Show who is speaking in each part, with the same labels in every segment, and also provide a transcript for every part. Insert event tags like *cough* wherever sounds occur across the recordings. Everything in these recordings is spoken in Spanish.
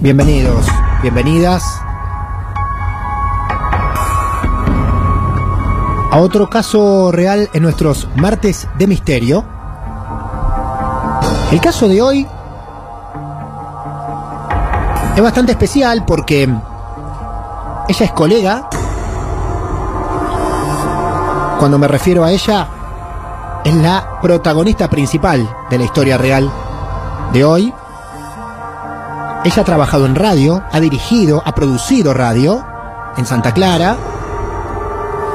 Speaker 1: Bienvenidos, bienvenidas a otro caso real en nuestros martes de misterio. El caso de hoy es bastante especial porque ella es colega. Cuando me refiero a ella, es la protagonista principal de la historia real de hoy. Ella ha trabajado en radio, ha dirigido, ha producido radio en Santa Clara.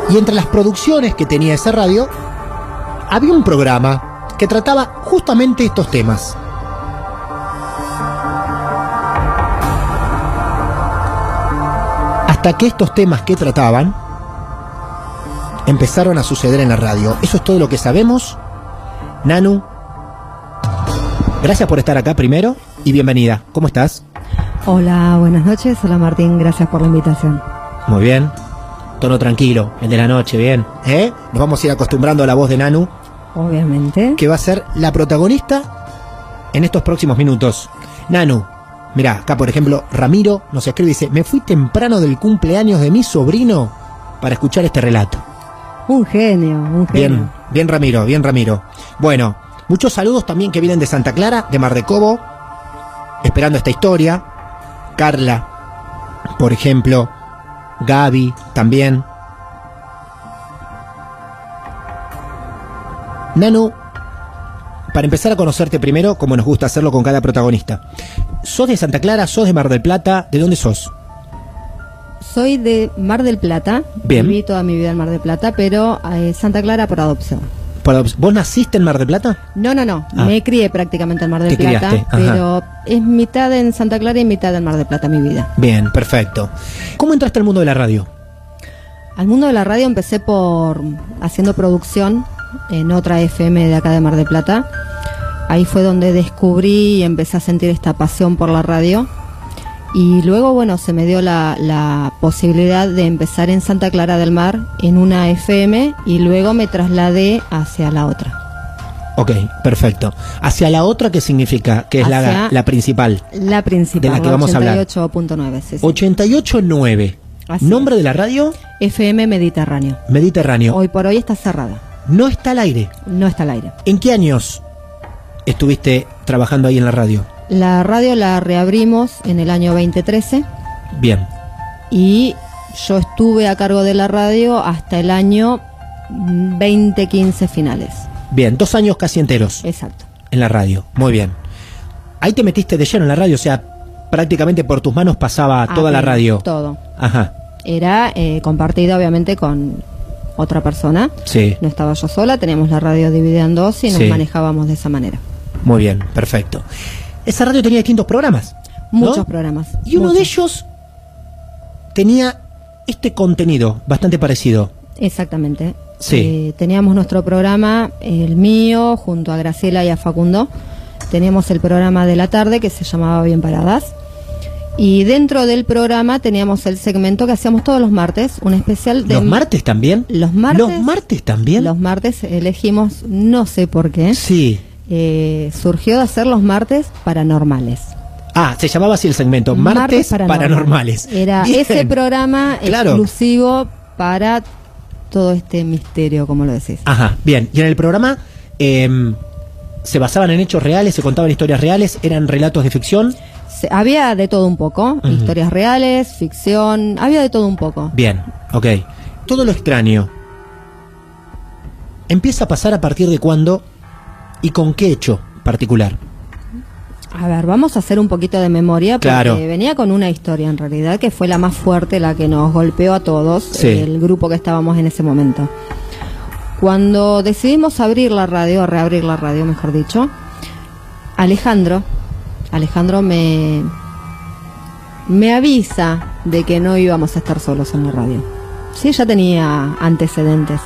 Speaker 1: Y entre las producciones que tenía esa radio, había un programa que trataba justamente estos temas. Hasta que estos temas que trataban empezaron a suceder en la radio. Eso es todo lo que sabemos. Nanu, gracias por estar acá primero y bienvenida. ¿Cómo estás?
Speaker 2: Hola, buenas noches. Hola Martín, gracias por la invitación.
Speaker 1: Muy bien. Tono tranquilo, el de la noche, bien. ¿Eh? Nos vamos a ir acostumbrando a la voz de Nanu,
Speaker 2: Obviamente.
Speaker 1: que va a ser la protagonista en estos próximos minutos. Nanu, mirá, acá por ejemplo, Ramiro nos escribe y dice, me fui temprano del cumpleaños de mi sobrino para escuchar este relato.
Speaker 2: Un genio, un genio.
Speaker 1: Bien, bien Ramiro, bien Ramiro. Bueno, muchos saludos también que vienen de Santa Clara, de Mar de Cobo, esperando esta historia. Carla, por ejemplo, Gaby también. Nanu, para empezar a conocerte primero, como nos gusta hacerlo con cada protagonista. ¿Sos de Santa Clara? ¿Sos de Mar del Plata? ¿De dónde sos?
Speaker 2: Soy de Mar del Plata.
Speaker 1: Bien.
Speaker 2: Viví toda mi vida en Mar del Plata, pero eh, Santa Clara por adopción.
Speaker 1: Por adop- ¿Vos naciste en Mar del Plata?
Speaker 2: No, no, no.
Speaker 1: Ah.
Speaker 2: Me crié prácticamente en Mar del
Speaker 1: Te
Speaker 2: Plata,
Speaker 1: criaste, ajá.
Speaker 2: pero es mitad en Santa Clara y mitad en Mar del Plata mi vida.
Speaker 1: Bien, perfecto. ¿Cómo entraste al mundo de la radio?
Speaker 2: Al mundo de la radio empecé por haciendo producción en otra FM de acá de Mar del Plata. Ahí fue donde descubrí y empecé a sentir esta pasión por la radio. Y luego, bueno, se me dio la, la posibilidad de empezar en Santa Clara del Mar en una FM y luego me trasladé hacia la otra.
Speaker 1: Ok, perfecto. Hacia la otra, ¿qué significa? Que es la,
Speaker 2: Hacia-
Speaker 1: la principal.
Speaker 2: La principal.
Speaker 1: De la que vamos a hablar.
Speaker 2: 88.9, sí, sí.
Speaker 1: 88.9.
Speaker 2: Así
Speaker 1: Nombre de la radio,
Speaker 2: FM Mediterráneo.
Speaker 1: Mediterráneo.
Speaker 2: Hoy por hoy está cerrada.
Speaker 1: No está al aire.
Speaker 2: No está al aire.
Speaker 1: ¿En qué años estuviste trabajando ahí en la radio?
Speaker 2: La radio la reabrimos en el año 2013.
Speaker 1: Bien.
Speaker 2: y yo estuve a cargo de la radio hasta el año 2015 finales.
Speaker 1: Bien, dos años casi enteros
Speaker 2: Exacto.
Speaker 1: en la radio. Muy bien. Ahí te metiste de lleno en la radio, o sea, prácticamente por tus manos pasaba toda la
Speaker 2: Apenas
Speaker 1: radio.
Speaker 2: Todo.
Speaker 1: Ajá,
Speaker 2: Era eh, compartida obviamente con otra persona.
Speaker 1: sí.
Speaker 2: No estaba yo sola, teníamos la radio dividida en dos y nos
Speaker 1: Sí.
Speaker 2: manejábamos de esa manera.
Speaker 1: Muy bien, perfecto. Esa radio tenía distintos programas. ¿no?
Speaker 2: Muchos programas.
Speaker 1: Y uno
Speaker 2: muchos.
Speaker 1: de ellos tenía este contenido bastante parecido.
Speaker 2: Exactamente.
Speaker 1: Sí.
Speaker 2: Eh, teníamos nuestro programa, el mío, junto a Graciela y a Facundo. teníamos el programa de la tarde que se llamaba Bien Paradas. Y dentro del programa teníamos el segmento que hacíamos todos los martes, un especial de
Speaker 1: ¿Los martes también?
Speaker 2: Los martes.
Speaker 1: ¿Los martes también?
Speaker 2: Los martes elegimos, no sé por qué,
Speaker 1: Sí.
Speaker 2: eh, surgió de hacer los martes paranormales.
Speaker 1: Ah, se llamaba así el segmento, Martes, Paranormales.
Speaker 2: Era
Speaker 1: Bien.
Speaker 2: ese programa
Speaker 1: Claro.
Speaker 2: exclusivo para todo este misterio, como lo decís.
Speaker 1: Ajá, bien. Y en el programa em, se basaban en hechos reales, se contaban historias reales, eran relatos de ficción.
Speaker 2: Se- había de todo un poco,
Speaker 1: Ujú.
Speaker 2: historias reales, ficción, había de todo un poco.
Speaker 1: Bien, ok. Todo lo extraño empieza a pasar a partir de cuándo y con qué hecho particular.
Speaker 2: A ver, vamos a hacer un poquito de memoria porque
Speaker 1: Claro.
Speaker 2: venía con una historia en realidad que fue la más fuerte, la que nos golpeó a todos,
Speaker 1: Sí.
Speaker 2: el grupo que estábamos en ese momento. Cuando decidimos abrir la radio, reabrir la radio, mejor dicho, Alejandro, Alejandro me me avisa de que no íbamos a estar solos en la radio. Sí, ya tenía antecedentes.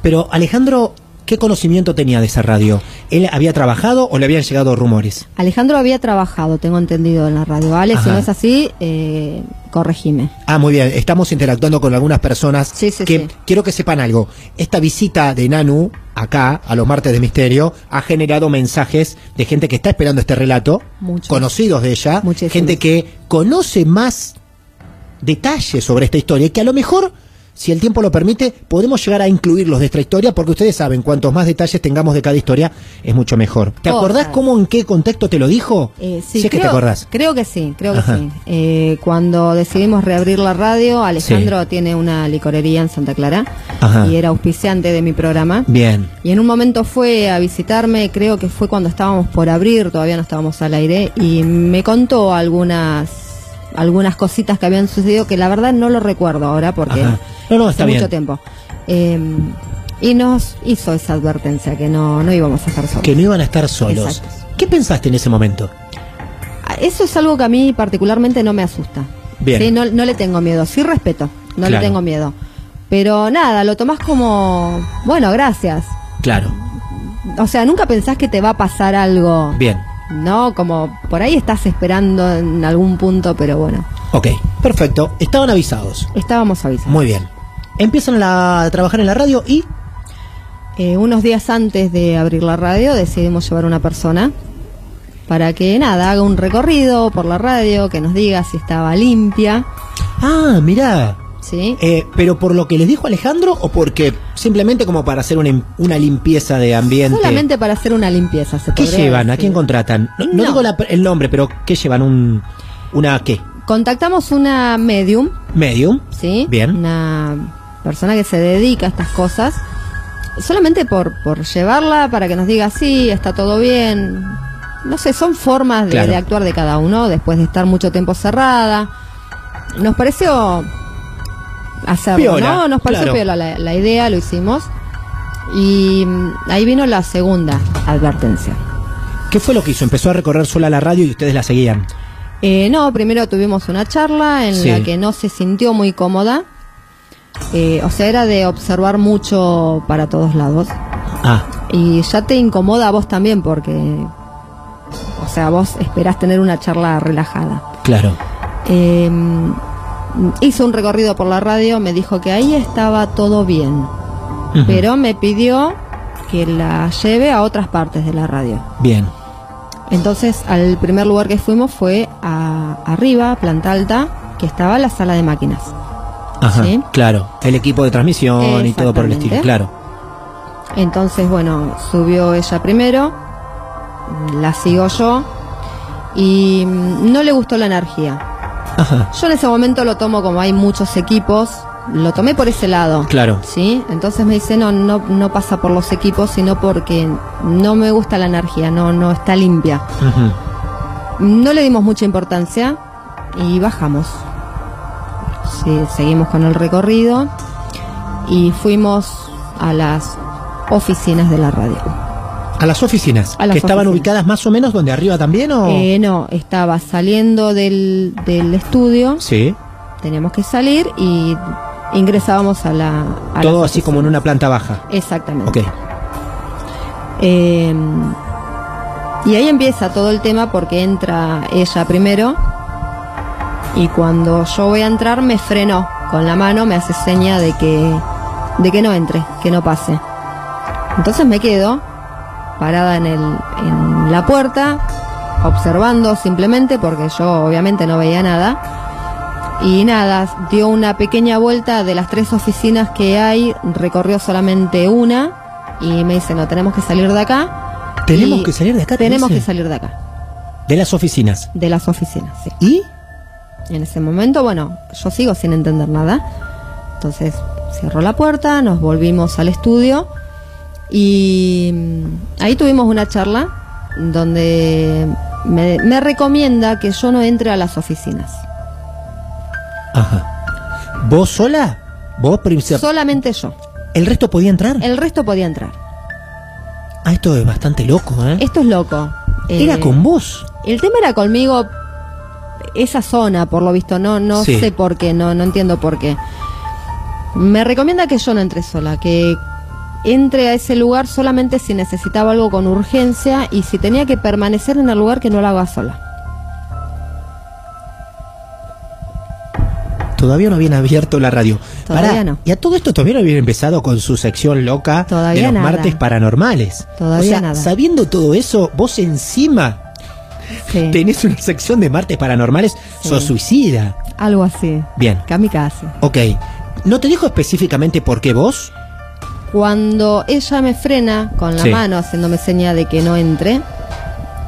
Speaker 1: Pero Alejandro, ¿qué conocimiento tenía de esa radio? ¿Él había trabajado o le habían llegado rumores?
Speaker 2: Alejandro había trabajado, tengo entendido, en la radio. Ale, si
Speaker 1: Ajá.
Speaker 2: no es así, eh, corregime.
Speaker 1: Ah, muy bien, estamos interactuando con algunas personas
Speaker 2: Sí, sí,
Speaker 1: que
Speaker 2: sí.
Speaker 1: quiero que sepan algo. Esta visita de Nanu acá, a los martes de misterio, ha generado mensajes de gente que está esperando este relato,
Speaker 2: Muchos.
Speaker 1: conocidos de ella,
Speaker 2: Muchísimos.
Speaker 1: gente que conoce más detalles sobre esta historia y que a lo mejor, si el tiempo lo permite, podemos llegar a incluirlos de esta historia porque ustedes saben, cuantos más detalles tengamos de cada historia, es mucho mejor. ¿Te
Speaker 2: Total.
Speaker 1: acordás cómo, en qué contexto te lo dijo?
Speaker 2: Eh, sí,
Speaker 1: Si es
Speaker 2: creo,
Speaker 1: que te acordás.
Speaker 2: Creo que sí, creo que
Speaker 1: Ajá.
Speaker 2: sí. Eh, cuando decidimos reabrir la radio, Alejandro tiene una licorería en Santa Clara
Speaker 1: Ajá.
Speaker 2: y era auspiciante de mi programa.
Speaker 1: Bien.
Speaker 2: Y en un momento fue a visitarme, creo que fue cuando estábamos por abrir, todavía no estábamos al aire, y me contó algunas algunas cositas que habían sucedido que la verdad no lo recuerdo ahora porque
Speaker 1: Ajá. No, no,
Speaker 2: hace
Speaker 1: está
Speaker 2: mucho
Speaker 1: bien.
Speaker 2: tiempo. Eh, y nos hizo esa advertencia que no, no íbamos a estar solos.
Speaker 1: que no iban a estar solos.
Speaker 2: Exacto.
Speaker 1: ¿Qué pensaste en ese momento?
Speaker 2: Ah, Eso es algo que a mí particularmente no me asusta.
Speaker 1: Bien.
Speaker 2: Sí, no, no le tengo miedo, sí respeto, no
Speaker 1: Claro.
Speaker 2: le tengo miedo. Pero nada, lo tomás como, bueno, gracias.
Speaker 1: Claro,
Speaker 2: O sea, nunca pensás que te va a pasar algo.
Speaker 1: bien,
Speaker 2: No, como por ahí estás esperando en algún punto, pero bueno,
Speaker 1: ok, perfecto, estaban avisados,
Speaker 2: estábamos avisados.
Speaker 1: muy bien. Empiezan la- a trabajar en la radio y...
Speaker 2: Eh, unos días antes de abrir la radio decidimos llevar una persona para que nada, haga un recorrido por la radio, que nos diga si estaba limpia,
Speaker 1: Ah, mirá,
Speaker 2: ¿sí?
Speaker 1: eh, pero por lo que les dijo Alejandro o porque simplemente como para hacer una, im- una limpieza de ambiente...
Speaker 2: Solamente para hacer una limpieza, se
Speaker 1: ¿Qué
Speaker 2: podría
Speaker 1: llevan? ¿A
Speaker 2: decir.
Speaker 1: quién contratan? No, no
Speaker 2: No.
Speaker 1: digo la- el nombre, pero ¿qué llevan? Un, ¿Una qué?
Speaker 2: Contactamos una medium,
Speaker 1: ¿Medium?
Speaker 2: ¿sí?
Speaker 1: Bien.
Speaker 2: Una persona que se dedica a estas cosas. Solamente por, por llevarla para que nos diga, sí, está todo bien. No sé, son formas de,
Speaker 1: Claro.
Speaker 2: de actuar de cada uno después de estar mucho tiempo cerrada. Nos pareció hacerlo,
Speaker 1: Piola,
Speaker 2: ¿no? Nos pareció
Speaker 1: claro.
Speaker 2: piola la, la idea, lo hicimos. Y mm, ahí vino la segunda advertencia.
Speaker 1: ¿Qué fue lo que hizo? Empezó a recorrer sola la radio y ustedes la seguían.
Speaker 2: Eh, no, primero tuvimos una charla en
Speaker 1: Sí.
Speaker 2: la que no se sintió muy cómoda. Eh, o sea, era de observar mucho para todos lados.
Speaker 1: Ah,
Speaker 2: Y ya te incomoda a vos también porque, o sea, vos esperás tener una charla relajada.
Speaker 1: claro.
Speaker 2: Eh, hizo un recorrido por la radio, me dijo que ahí estaba todo bien,
Speaker 1: Ujú.
Speaker 2: pero me pidió que la lleve a otras partes de la radio.
Speaker 1: Bien.
Speaker 2: Entonces, al primer lugar que fuimos fue a arriba, planta alta, que estaba la sala de máquinas.
Speaker 1: Ajá,
Speaker 2: ¿Sí?
Speaker 1: claro. El equipo de transmisión y todo por el estilo,
Speaker 2: Exactamente.
Speaker 1: claro.
Speaker 2: Entonces, bueno, subió ella primero, la sigo yo y mm, no le gustó la energía.
Speaker 1: Ajá,
Speaker 2: Yo en ese momento lo tomo como hay muchos equipos, lo tomé por ese lado.
Speaker 1: claro.
Speaker 2: ¿Sí? Entonces me dice, no, no, no pasa por los equipos, sino porque no me gusta la energía, no, no está limpia.
Speaker 1: Ujú.
Speaker 2: No le dimos mucha importancia y bajamos. Sí, seguimos con el recorrido y fuimos a las oficinas de la radio.
Speaker 1: A las oficinas,
Speaker 2: A las
Speaker 1: que estaban
Speaker 2: oficinas.
Speaker 1: ubicadas más o menos donde arriba también o...
Speaker 2: Eh, no, estaba saliendo del, del estudio,
Speaker 1: sí,
Speaker 2: teníamos que salir y ingresábamos a la... a
Speaker 1: todo
Speaker 2: las
Speaker 1: así como en
Speaker 2: oficinas.
Speaker 1: una planta baja.
Speaker 2: Exactamente.
Speaker 1: Ok,
Speaker 2: Eh, Em, Y ahí empieza todo el tema porque entra ella primero y cuando yo voy a entrar me frenó con la mano, me hace seña de que, de que no entre, que no pase. Entonces me quedo parada en, el, en la puerta, observando simplemente porque yo obviamente no veía nada. Y nada, dio una pequeña vuelta de las tres oficinas que hay, recorrió solamente una y me dice, no, tenemos que salir de acá.
Speaker 1: Tenemos
Speaker 2: Y
Speaker 1: que salir de acá. te
Speaker 2: Tenemos que
Speaker 1: dice.
Speaker 2: salir de acá,
Speaker 1: De las oficinas.
Speaker 2: de las oficinas, sí.
Speaker 1: ¿Y?
Speaker 2: En ese momento, bueno, yo sigo sin entender nada. Entonces cerró la puerta, nos volvimos al estudio y mm, ahí tuvimos una charla donde me, me recomienda que yo no entre a las oficinas.
Speaker 1: Ajá. ¿Vos sola? ¿Vos, princesa?
Speaker 2: Solamente yo.
Speaker 1: ¿El resto podía entrar?
Speaker 2: El resto podía entrar.
Speaker 1: Ah, esto es bastante loco, ¿eh?
Speaker 2: Esto es loco. Eh,
Speaker 1: Era con vos.
Speaker 2: El tema era conmigo esa zona, por lo visto, no, no
Speaker 1: Sí.
Speaker 2: sé por qué, no, no entiendo por qué. Me recomienda que yo no entre sola, que entre a ese lugar solamente si necesitaba algo con urgencia y si tenía que permanecer en el lugar que no lo haga sola.
Speaker 1: Todavía no habían abierto la radio.
Speaker 2: Todavía
Speaker 1: Pará,
Speaker 2: no.
Speaker 1: Y a todo esto todavía no habían empezado con su sección loca
Speaker 2: Todavía
Speaker 1: de los
Speaker 2: nada.
Speaker 1: martes paranormales.
Speaker 2: Todavía
Speaker 1: o sea,
Speaker 2: nada.
Speaker 1: sabiendo todo eso, vos encima
Speaker 2: Sí,
Speaker 1: tenés una sección de martes paranormales,
Speaker 2: Sí.
Speaker 1: sos suicida.
Speaker 2: algo así.
Speaker 1: Bien.
Speaker 2: Kamikaze.
Speaker 1: Ok. ¿No te dijo específicamente por qué vos?
Speaker 2: Cuando ella me frena con la
Speaker 1: Sí.
Speaker 2: mano haciéndome seña de que no entre,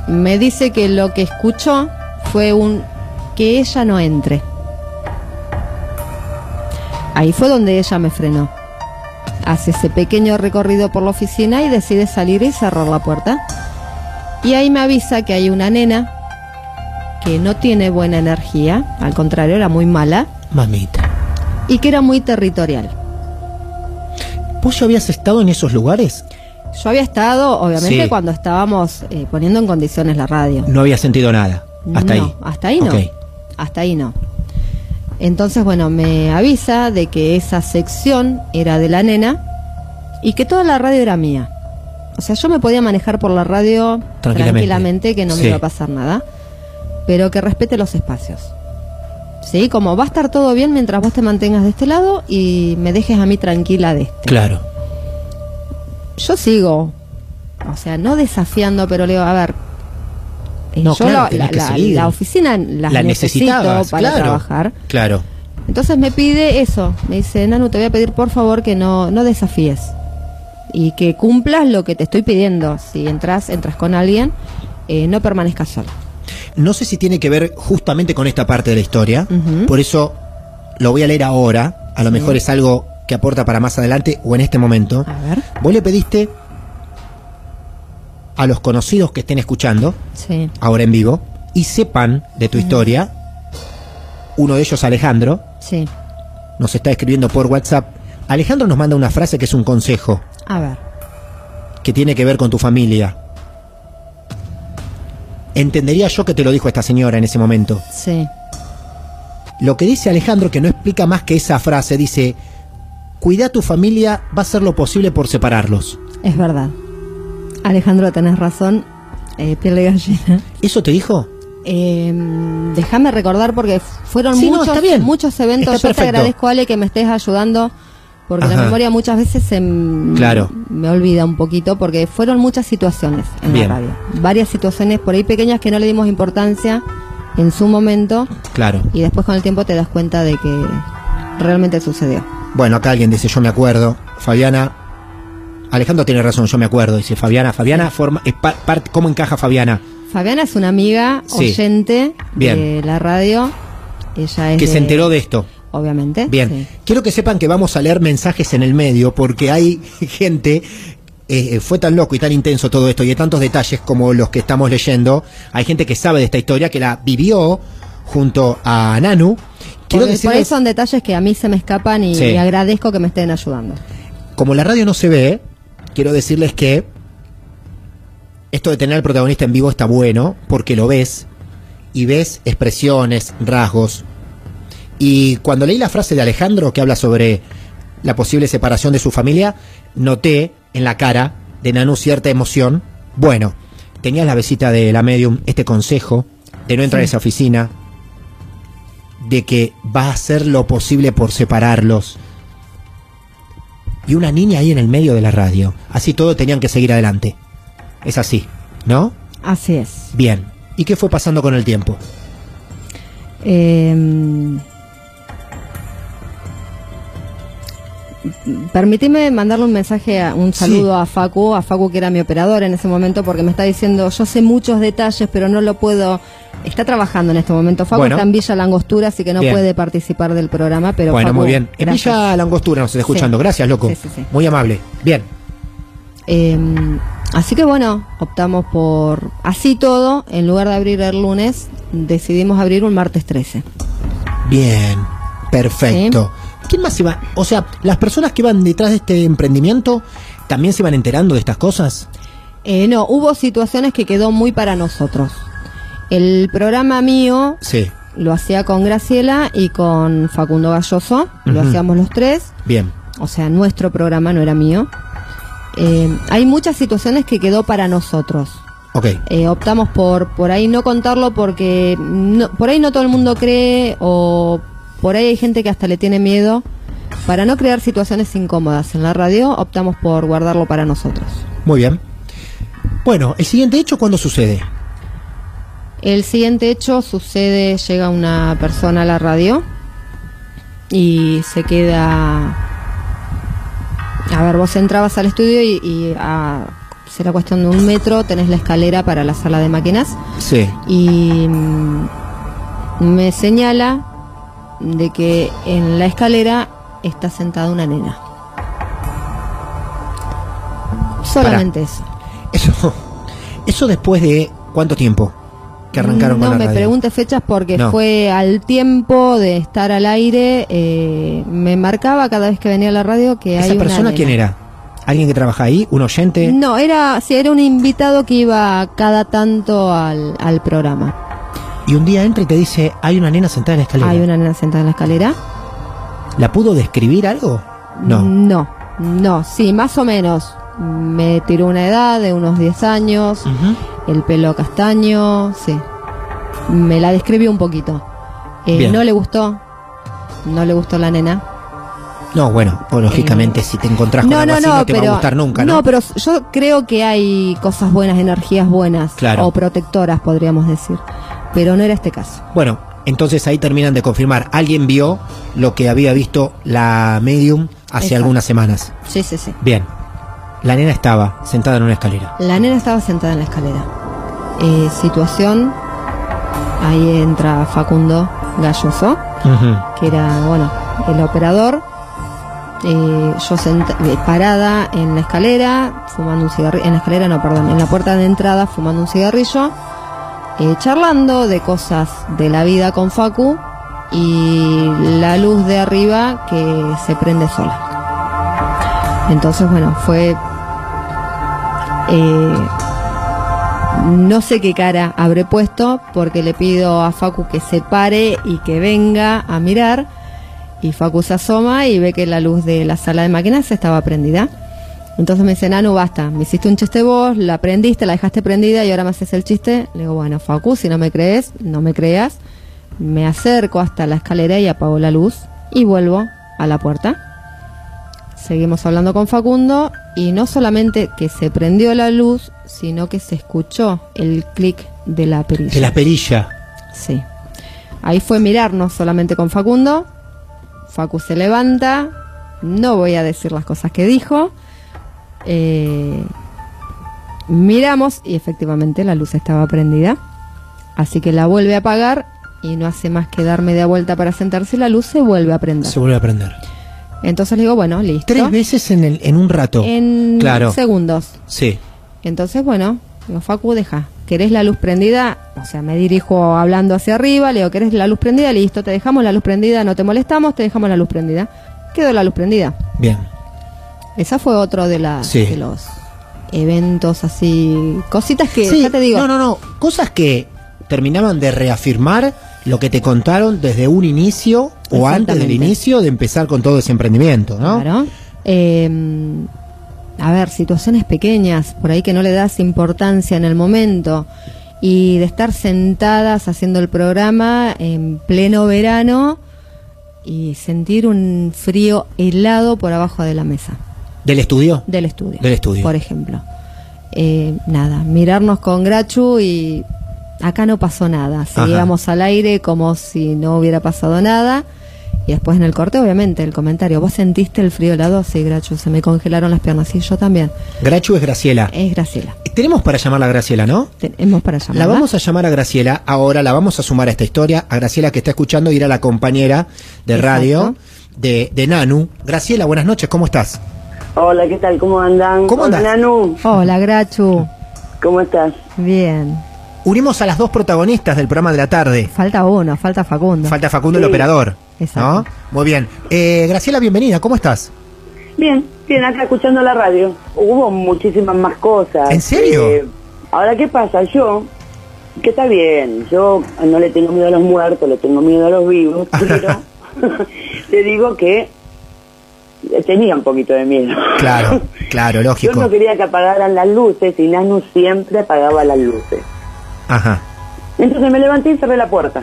Speaker 2: me dice que lo que escuchó fue un que ella no entre. Ahí fue donde ella me frenó. Hace ese pequeño recorrido por la oficina y decide salir y cerrar la puerta. Y ahí me avisa que hay una nena que no tiene buena energía, al contrario, era muy mala
Speaker 1: Mamita.
Speaker 2: y que era muy territorial.
Speaker 1: ¿Vos ya habías estado en esos lugares?
Speaker 2: Yo había estado, obviamente,
Speaker 1: Sí.
Speaker 2: cuando estábamos eh, poniendo en condiciones la radio.
Speaker 1: No había sentido nada. Hasta
Speaker 2: No,
Speaker 1: ahí.
Speaker 2: Hasta ahí no.
Speaker 1: Ok.
Speaker 2: Hasta ahí no. Entonces, bueno, me avisa de que esa sección era de la nena y que toda la radio era mía. O sea, yo me podía manejar por la radio
Speaker 1: Tranquilamente.
Speaker 2: tranquilamente, que no me
Speaker 1: Sí.
Speaker 2: iba a pasar nada, pero que respete los espacios. ¿Sí? Como va a estar todo bien mientras vos te mantengas de este lado y me dejes a mí tranquila de este.
Speaker 1: Claro.
Speaker 2: yo sigo, o sea, no desafiando, pero le digo, a ver, eh,
Speaker 1: No,
Speaker 2: yo
Speaker 1: claro,
Speaker 2: la-
Speaker 1: tenés
Speaker 2: la,
Speaker 1: que
Speaker 2: la-
Speaker 1: seguir.
Speaker 2: la oficina la
Speaker 1: La
Speaker 2: necesito para
Speaker 1: necesitabas, claro.
Speaker 2: trabajar.
Speaker 1: Claro.
Speaker 2: Entonces me pide eso, me dice, Nanu, te voy a pedir por favor que no, no desafíes y que cumplas lo que te estoy pidiendo. Si entras, entras con alguien, eh, no permanezcas sola.
Speaker 1: No sé si tiene que ver justamente con esta parte de la historia.
Speaker 2: Ujú.
Speaker 1: Por eso lo voy a leer ahora. A lo mejor es algo que aporta para más adelante o en este momento.
Speaker 2: A ver.
Speaker 1: Vos le pediste a los conocidos que estén escuchando,
Speaker 2: Sí,
Speaker 1: ahora en vivo, y sepan de tu historia. Uno de ellos, Alejandro,
Speaker 2: sí.
Speaker 1: nos está escribiendo por WhatsApp. Alejandro nos manda una frase que es un consejo
Speaker 2: A ver.
Speaker 1: que tiene que ver con tu familia. Entendería yo que te lo dijo esta señora en ese momento.
Speaker 2: Sí,
Speaker 1: Lo que dice Alejandro, que no explica más que esa frase, dice, cuida a tu familia, va a hacer lo posible por separarlos.
Speaker 2: es verdad. Alejandro, tenés razón. Eh, piel de gallina.
Speaker 1: ¿Eso te dijo?
Speaker 2: Eh, Déjame recordar porque fueron
Speaker 1: Sí, no,
Speaker 2: muchos,
Speaker 1: está bien.
Speaker 2: muchos eventos.
Speaker 1: Está
Speaker 2: Yo te
Speaker 1: perfecto.
Speaker 2: agradezco, Ale, que me estés ayudando porque
Speaker 1: Ajá.
Speaker 2: la memoria muchas veces se m-
Speaker 1: Claro.
Speaker 2: me olvida un poquito porque fueron muchas situaciones en
Speaker 1: Bien.
Speaker 2: la radio. Varias situaciones por ahí pequeñas que no le dimos importancia en su momento
Speaker 1: Claro.
Speaker 2: y después con el tiempo te das cuenta de que realmente sucedió.
Speaker 1: Bueno, acá alguien dice, yo me acuerdo. Fabiana, Alejandro tiene razón, yo me acuerdo. Dice Fabiana, Fabiana, forma, es par- parte- ¿cómo encaja Fabiana?
Speaker 2: Fabiana es una amiga
Speaker 1: Sí.
Speaker 2: oyente de
Speaker 1: Bien.
Speaker 2: la radio. Ella es
Speaker 1: Que se
Speaker 2: de-
Speaker 1: enteró de esto.
Speaker 2: Obviamente.
Speaker 1: Bien,
Speaker 2: sí.
Speaker 1: quiero que sepan que vamos a leer mensajes en el medio porque hay *laughs* gente... eh, fue tan loco y tan intenso todo esto y de tantos detalles como los que estamos leyendo. Hay gente que sabe de esta historia, que la vivió junto a Nanu. Quiero
Speaker 2: Porque por ahí
Speaker 1: decirles,
Speaker 2: son detalles que a mí se me escapan y,
Speaker 1: Sí.
Speaker 2: y agradezco que me estén ayudando.
Speaker 1: como la radio no se ve, quiero decirles que esto de tener al protagonista en vivo está bueno porque lo ves y ves expresiones, rasgos. Y cuando leí la frase de Alejandro que habla sobre la posible separación de su familia, noté en la cara de Nanu cierta emoción. Bueno, tenías la visita de la medium, este consejo de no entrar a esa oficina, de que va a hacer lo posible por separarlos. Y una niña ahí en el medio de la radio. Así todo tenían que seguir adelante. Es así, ¿no?
Speaker 2: Así es.
Speaker 1: Bien. ¿Y qué fue pasando con el tiempo?
Speaker 2: Eh, permitime mandarle un mensaje, a- un saludo a Facu, a Facu que era mi operador en ese momento, porque me está diciendo, yo sé muchos detalles, pero no lo puedo... Está trabajando en este momento. Facu
Speaker 1: Bueno.
Speaker 2: está en Villa Langostura, así que no
Speaker 1: Bien.
Speaker 2: puede participar del programa, pero...
Speaker 1: bueno,
Speaker 2: Facu,
Speaker 1: muy bien. En
Speaker 2: gracias.
Speaker 1: Villa Langostura nos está escuchando.
Speaker 2: Sí.
Speaker 1: Gracias, loco.
Speaker 2: Sí, sí, sí.
Speaker 1: Muy amable. Bien.
Speaker 2: Eh, así que bueno, optamos por... Así todo, en lugar de abrir el lunes, decidimos abrir un martes 13.
Speaker 1: Bien, perfecto. ¿Quién más se va? O sea, las personas que van detrás de este emprendimiento también se van enterando de estas cosas.
Speaker 2: Eh, no, hubo situaciones que quedó muy para nosotros. El programa mío
Speaker 1: Sí,
Speaker 2: lo hacía con Graciela y con Facundo Galloso, lo
Speaker 1: Ujú.
Speaker 2: hacíamos los tres,
Speaker 1: bien.
Speaker 2: o sea, nuestro programa no era mío. Eh, hay muchas situaciones que quedó para nosotros.
Speaker 1: Ok,
Speaker 2: Eh, optamos por por ahí no contarlo porque no- por ahí no todo el mundo cree o por ahí hay gente que hasta le tiene miedo. Para no crear situaciones incómodas en la radio, optamos por guardarlo para nosotros.
Speaker 1: muy bien. Bueno, el siguiente hecho, ¿cuándo sucede?
Speaker 2: El siguiente hecho sucede, llega una persona a la radio y se queda... A ver, vos entrabas al estudio y, y a... será cuestión de un metro, tenés la escalera para la sala de máquinas
Speaker 1: Sí.
Speaker 2: y mm, me señala de que en la escalera está sentada una nena. Solamente eso.
Speaker 1: Eso, eso después de cuánto tiempo que arrancaron
Speaker 2: no
Speaker 1: con la
Speaker 2: me
Speaker 1: radio?
Speaker 2: preguntes fechas porque
Speaker 1: No.
Speaker 2: fue al tiempo de estar al aire eh, me marcaba cada vez que venía a la radio que hay
Speaker 1: ¿Esa
Speaker 2: una
Speaker 1: persona
Speaker 2: nena.
Speaker 1: quién era? ¿Alguien que trabaja ahí? ¿Un oyente?
Speaker 2: no era sí, era un invitado que iba cada tanto al, al programa
Speaker 1: Y un día entra y te dice, hay una nena sentada en la escalera.
Speaker 2: hay una nena sentada en la escalera
Speaker 1: ¿La pudo describir algo? No.
Speaker 2: no no, sí más o menos me tiró una edad de unos 10 años
Speaker 1: Ujú.
Speaker 2: el pelo castaño, sí. Me la describió un poquito. Eh,
Speaker 1: Bien.
Speaker 2: no le gustó, no le gustó la nena.
Speaker 1: No, bueno, pues, lógicamente si te encontrás con
Speaker 2: No,
Speaker 1: algo
Speaker 2: no,
Speaker 1: así
Speaker 2: no,
Speaker 1: no te
Speaker 2: pero,
Speaker 1: va a gustar nunca, ¿no?
Speaker 2: No, pero yo creo que hay cosas buenas, energías buenas
Speaker 1: Claro.
Speaker 2: o protectoras, podríamos decir. Pero no era este caso.
Speaker 1: Bueno, entonces ahí terminan de confirmar. Alguien vio lo que había visto la medium hace
Speaker 2: Exacto.
Speaker 1: algunas semanas.
Speaker 2: Sí, sí, sí.
Speaker 1: Bien. La nena estaba sentada en una escalera.
Speaker 2: La nena estaba sentada en la escalera. Eh, situación, ahí entra Facundo Galloso, que era, bueno, el operador. Eh, yo senta- eh, parada en la escalera, fumando un cigarrillo, en la escalera no, perdón, en la puerta de entrada fumando un cigarrillo, eh, charlando de cosas de la vida con Facu y la luz de arriba que se prende sola. Entonces, bueno, fue... eh, no sé qué cara habré puesto porque le pido a Facu que se pare y que venga a mirar. Y Facu se asoma y ve que la luz de la sala de máquinas estaba prendida. Entonces me dice, Nanu, basta, me hiciste un chiste vos, la prendiste, la dejaste prendida y ahora me haces el chiste. Le digo, bueno, Facu, si no me crees, no me creas. Me acerco hasta la escalera y apago la luz y vuelvo a la puerta. Seguimos hablando con Facundo y no solamente que se prendió la luz, sino que se escuchó el clic de la perilla.
Speaker 1: De la perilla.
Speaker 2: Sí. Ahí fue mirarnos solamente con Facundo. Facu se levanta. No voy a decir las cosas que dijo. Eh, miramos y efectivamente la luz estaba prendida. Así que la vuelve a apagar y no hace más que dar media vuelta para sentarse y la luz se vuelve a prender.
Speaker 1: Se vuelve a prender.
Speaker 2: Entonces le digo, bueno, listo.
Speaker 1: Tres veces en, el- en un rato.
Speaker 2: En
Speaker 1: claro.
Speaker 2: segundos.
Speaker 1: Sí.
Speaker 2: Entonces, bueno, digo, Facu, deja. ¿Querés la luz prendida? O sea, me dirijo hablando hacia arriba, le digo, ¿querés la luz prendida? Listo, te dejamos la luz prendida, no te molestamos, te dejamos la luz prendida. Quedó la luz prendida.
Speaker 1: Bien.
Speaker 2: Esa fue otro de, las
Speaker 1: Sí.
Speaker 2: de los eventos así, cositas que,
Speaker 1: Sí,
Speaker 2: ya te digo,
Speaker 1: No, no, no. Cosas que terminaban de reafirmar lo que te contaron desde un inicio o antes del
Speaker 2: Exactamente.
Speaker 1: inicio de empezar con todo ese emprendimiento, ¿no?
Speaker 2: Claro. Eh, a ver, situaciones pequeñas, por ahí que no le das importancia en el momento, y de estar sentadas haciendo el programa en pleno verano y sentir un frío helado por abajo de la mesa,
Speaker 1: ¿Del estudio?
Speaker 2: del estudio.
Speaker 1: Del estudio.
Speaker 2: Por ejemplo. Eh, nada, mirarnos con Grachu y acá no pasó nada.
Speaker 1: Ajá.
Speaker 2: Seguíamos al aire como si no hubiera pasado nada. Y después en el corte, obviamente, el comentario. ¿Vos sentiste el frío helado? Sí, Grachu, se me congelaron las piernas. Sí, yo también.
Speaker 1: Grachu es Graciela.
Speaker 2: Es Graciela.
Speaker 1: Tenemos para llamarla a Graciela, ¿no?
Speaker 2: Tenemos para
Speaker 1: La
Speaker 2: llamarla.
Speaker 1: vamos a llamar a Graciela ahora, la vamos a sumar a esta historia. A Graciela que está escuchando y era la compañera de
Speaker 2: Exacto.
Speaker 1: radio de, de Nanu. Graciela, buenas noches, ¿cómo estás?
Speaker 3: Hola, ¿qué tal? ¿Cómo andan?
Speaker 1: ¿Cómo
Speaker 3: Hola,
Speaker 1: andás?
Speaker 3: Nanu.
Speaker 2: Hola, Grachu.
Speaker 3: ¿Cómo estás?
Speaker 2: Bien.
Speaker 1: Unimos a las dos protagonistas del programa de la tarde.
Speaker 2: Falta uno, falta Facundo.
Speaker 1: Falta Facundo el
Speaker 3: Sí.
Speaker 1: operador.
Speaker 2: Exacto.
Speaker 1: ¿no? Muy bien. Eh, Graciela, bienvenida, ¿cómo estás?
Speaker 3: Bien, bien, acá escuchando la radio. Hubo muchísimas más cosas. Eh,
Speaker 1: ¿En serio?
Speaker 3: ahora, ¿qué pasa? Yo, que está bien, yo no le tengo miedo a los muertos, le tengo miedo a
Speaker 1: *laughs*
Speaker 3: los vivos, pero *laughs* te digo que tenía un poquito de miedo.
Speaker 1: Claro, claro,
Speaker 3: *laughs* Yo
Speaker 1: lógico.
Speaker 3: no quería que apagaran las luces y Nanu siempre apagaba las luces.
Speaker 1: Ajá,
Speaker 3: Entonces me levanté y cerré la puerta.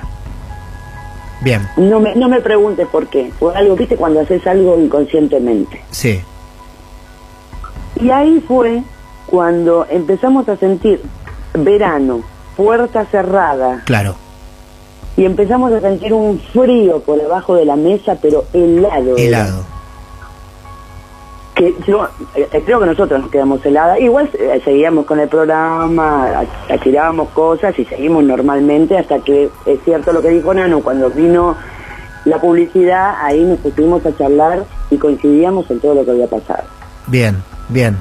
Speaker 1: bien,
Speaker 3: No me, no me preguntes por qué. Fue algo, viste, cuando haces algo inconscientemente.
Speaker 1: sí.
Speaker 3: Y ahí fue cuando empezamos a sentir verano, puerta cerrada,
Speaker 1: Claro,
Speaker 3: y empezamos a sentir un frío por debajo de la mesa, pero helado. era.
Speaker 1: helado.
Speaker 3: Que yo, eh, eh, creo que nosotros nos quedamos heladas. Igual eh, seguíamos con el programa, a- atirábamos cosas y seguimos normalmente hasta que, es cierto lo que dijo Nano, cuando vino la publicidad, ahí nos pusimos a charlar y coincidíamos en todo lo que había pasado.
Speaker 1: Bien, bien.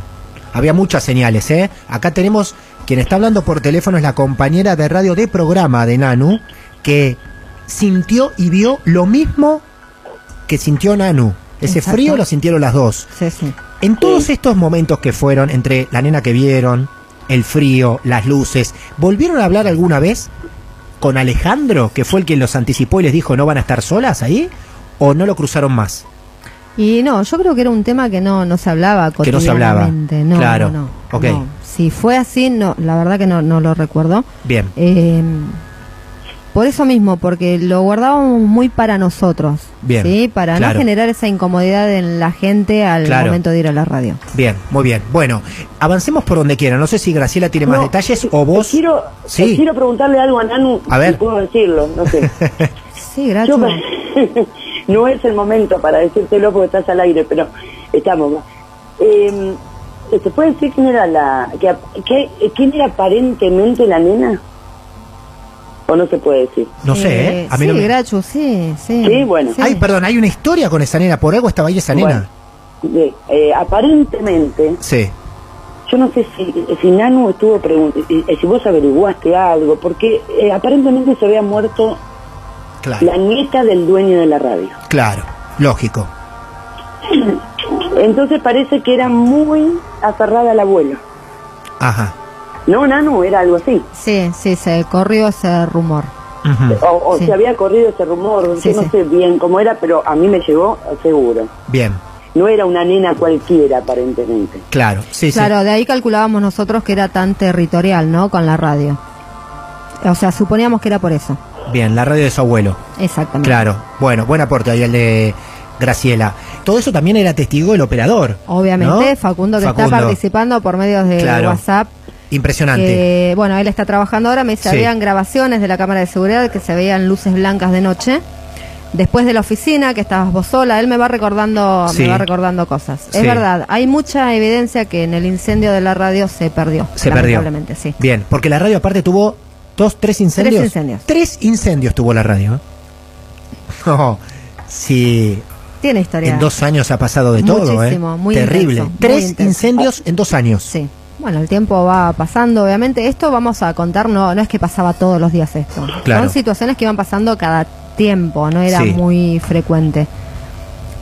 Speaker 1: Había muchas señales, ¿eh? Acá tenemos, quien está hablando por teléfono es la compañera de radio de programa de Nanu, que sintió y vio lo mismo que sintió Nanu. Ese
Speaker 2: Exacto.
Speaker 1: frío lo sintieron las dos.
Speaker 2: Sí, sí.
Speaker 1: En todos estos momentos que fueron, entre la nena que vieron, el frío, las luces, ¿volvieron a hablar alguna vez con Alejandro, que fue el quien los anticipó y les dijo no van a estar solas ahí? ¿O no lo cruzaron más?
Speaker 2: Y no, yo creo que era un tema que no, no se hablaba
Speaker 1: Que no se hablaba.
Speaker 2: cotidianamente. No,
Speaker 1: Claro.
Speaker 2: no, no.
Speaker 1: Ok.
Speaker 2: No. Si fue así, no, la verdad que no, no lo recuerdo.
Speaker 1: Bien,
Speaker 2: Eh, por eso mismo, porque lo guardábamos muy para nosotros.
Speaker 1: Bien,
Speaker 2: ¿sí? Para
Speaker 1: claro.
Speaker 2: no generar esa incomodidad en la gente al
Speaker 1: Claro.
Speaker 2: momento de ir a la radio.
Speaker 1: bien, muy bien. Bueno, avancemos por donde quiera. No sé si Graciela tiene más
Speaker 3: No,
Speaker 1: detalles o vos...
Speaker 3: Quiero,
Speaker 1: Sí.
Speaker 3: quiero preguntarle algo a Nanu.
Speaker 1: A ver. Ah,
Speaker 3: si puedo decirlo,
Speaker 1: *laughs*
Speaker 3: no sé.
Speaker 2: Sí,
Speaker 3: Yo-
Speaker 2: gracias.
Speaker 3: *laughs* no es el momento para decírtelo porque estás al aire, pero estamos. Eh, ¿Se puede decir quién era la, que, que- quién era aparentemente la nena? ¿O no se puede decir?
Speaker 1: No sé, ¿eh? A mí
Speaker 2: sí,
Speaker 1: no me-
Speaker 2: Grachu, sí, sí.
Speaker 3: Sí, bueno.
Speaker 1: Ay, perdón, hay una historia con esa nena. ¿Por algo estaba ahí esa nena?
Speaker 3: Bueno, eh, eh, aparentemente,
Speaker 1: Sí.
Speaker 3: yo no sé si, si Nanu estuvo preguntando, si vos averiguaste algo, porque eh, aparentemente se había muerto
Speaker 1: Claro,
Speaker 3: la nieta del dueño de la radio.
Speaker 1: claro, lógico.
Speaker 3: Entonces parece que era muy aferrada al abuelo.
Speaker 1: Ajá.
Speaker 3: No, Nanu, era algo así.
Speaker 2: Sí, sí, se corrió ese rumor.
Speaker 1: Ujú.
Speaker 3: O, o
Speaker 2: Sí.
Speaker 3: se había corrido ese rumor,
Speaker 2: Sí,
Speaker 3: yo no
Speaker 2: sí.
Speaker 3: sé bien cómo era, pero a mí me llegó seguro.
Speaker 1: Bien,
Speaker 3: No era una nena cualquiera, aparentemente.
Speaker 1: claro. Sí, sí.
Speaker 2: Claro, de ahí calculábamos nosotros que era tan territorial, ¿no? Con la radio. O sea, suponíamos que era por eso.
Speaker 1: Bien, la radio de su abuelo.
Speaker 2: Exactamente.
Speaker 1: Claro, bueno, buen aporte ahí el de Graciela. Todo eso también era testigo el operador.
Speaker 2: Obviamente,
Speaker 1: ¿no?
Speaker 2: Facundo que está
Speaker 1: Facundo.
Speaker 2: participando Eh, por medios de
Speaker 1: Claro.
Speaker 2: WhatsApp.
Speaker 1: Impresionante.
Speaker 2: que, bueno, él está trabajando ahora, me dice,
Speaker 1: Sí.
Speaker 2: habían grabaciones de la cámara de seguridad que se veían luces blancas de noche. Después de la oficina, que estabas vos sola, él me va recordando,
Speaker 1: Sí.
Speaker 2: me va recordando cosas.
Speaker 1: Sí.
Speaker 2: Es verdad, hay mucha evidencia que en el incendio de la radio se perdió.
Speaker 1: Se perdió.
Speaker 2: lamentablemente, sí.
Speaker 1: Bien, porque la radio aparte tuvo dos, tres incendios.
Speaker 2: Tres incendios.
Speaker 1: Tres incendios tuvo la radio. ¿eh? *laughs* No, sí,
Speaker 2: Tiene historia.
Speaker 1: en dos años ha pasado de todo, ¿eh?
Speaker 2: Muchísimo, muy
Speaker 1: Terrible.
Speaker 2: intenso, muy
Speaker 1: tres
Speaker 2: intenso.
Speaker 1: incendios en dos años.
Speaker 2: Sí. Bueno, el tiempo va pasando, obviamente. Esto vamos a contar, no, no es que pasaba todos los días esto.
Speaker 1: Claro.
Speaker 2: Son situaciones que iban pasando cada tiempo, no era
Speaker 1: Sí.
Speaker 2: muy frecuente.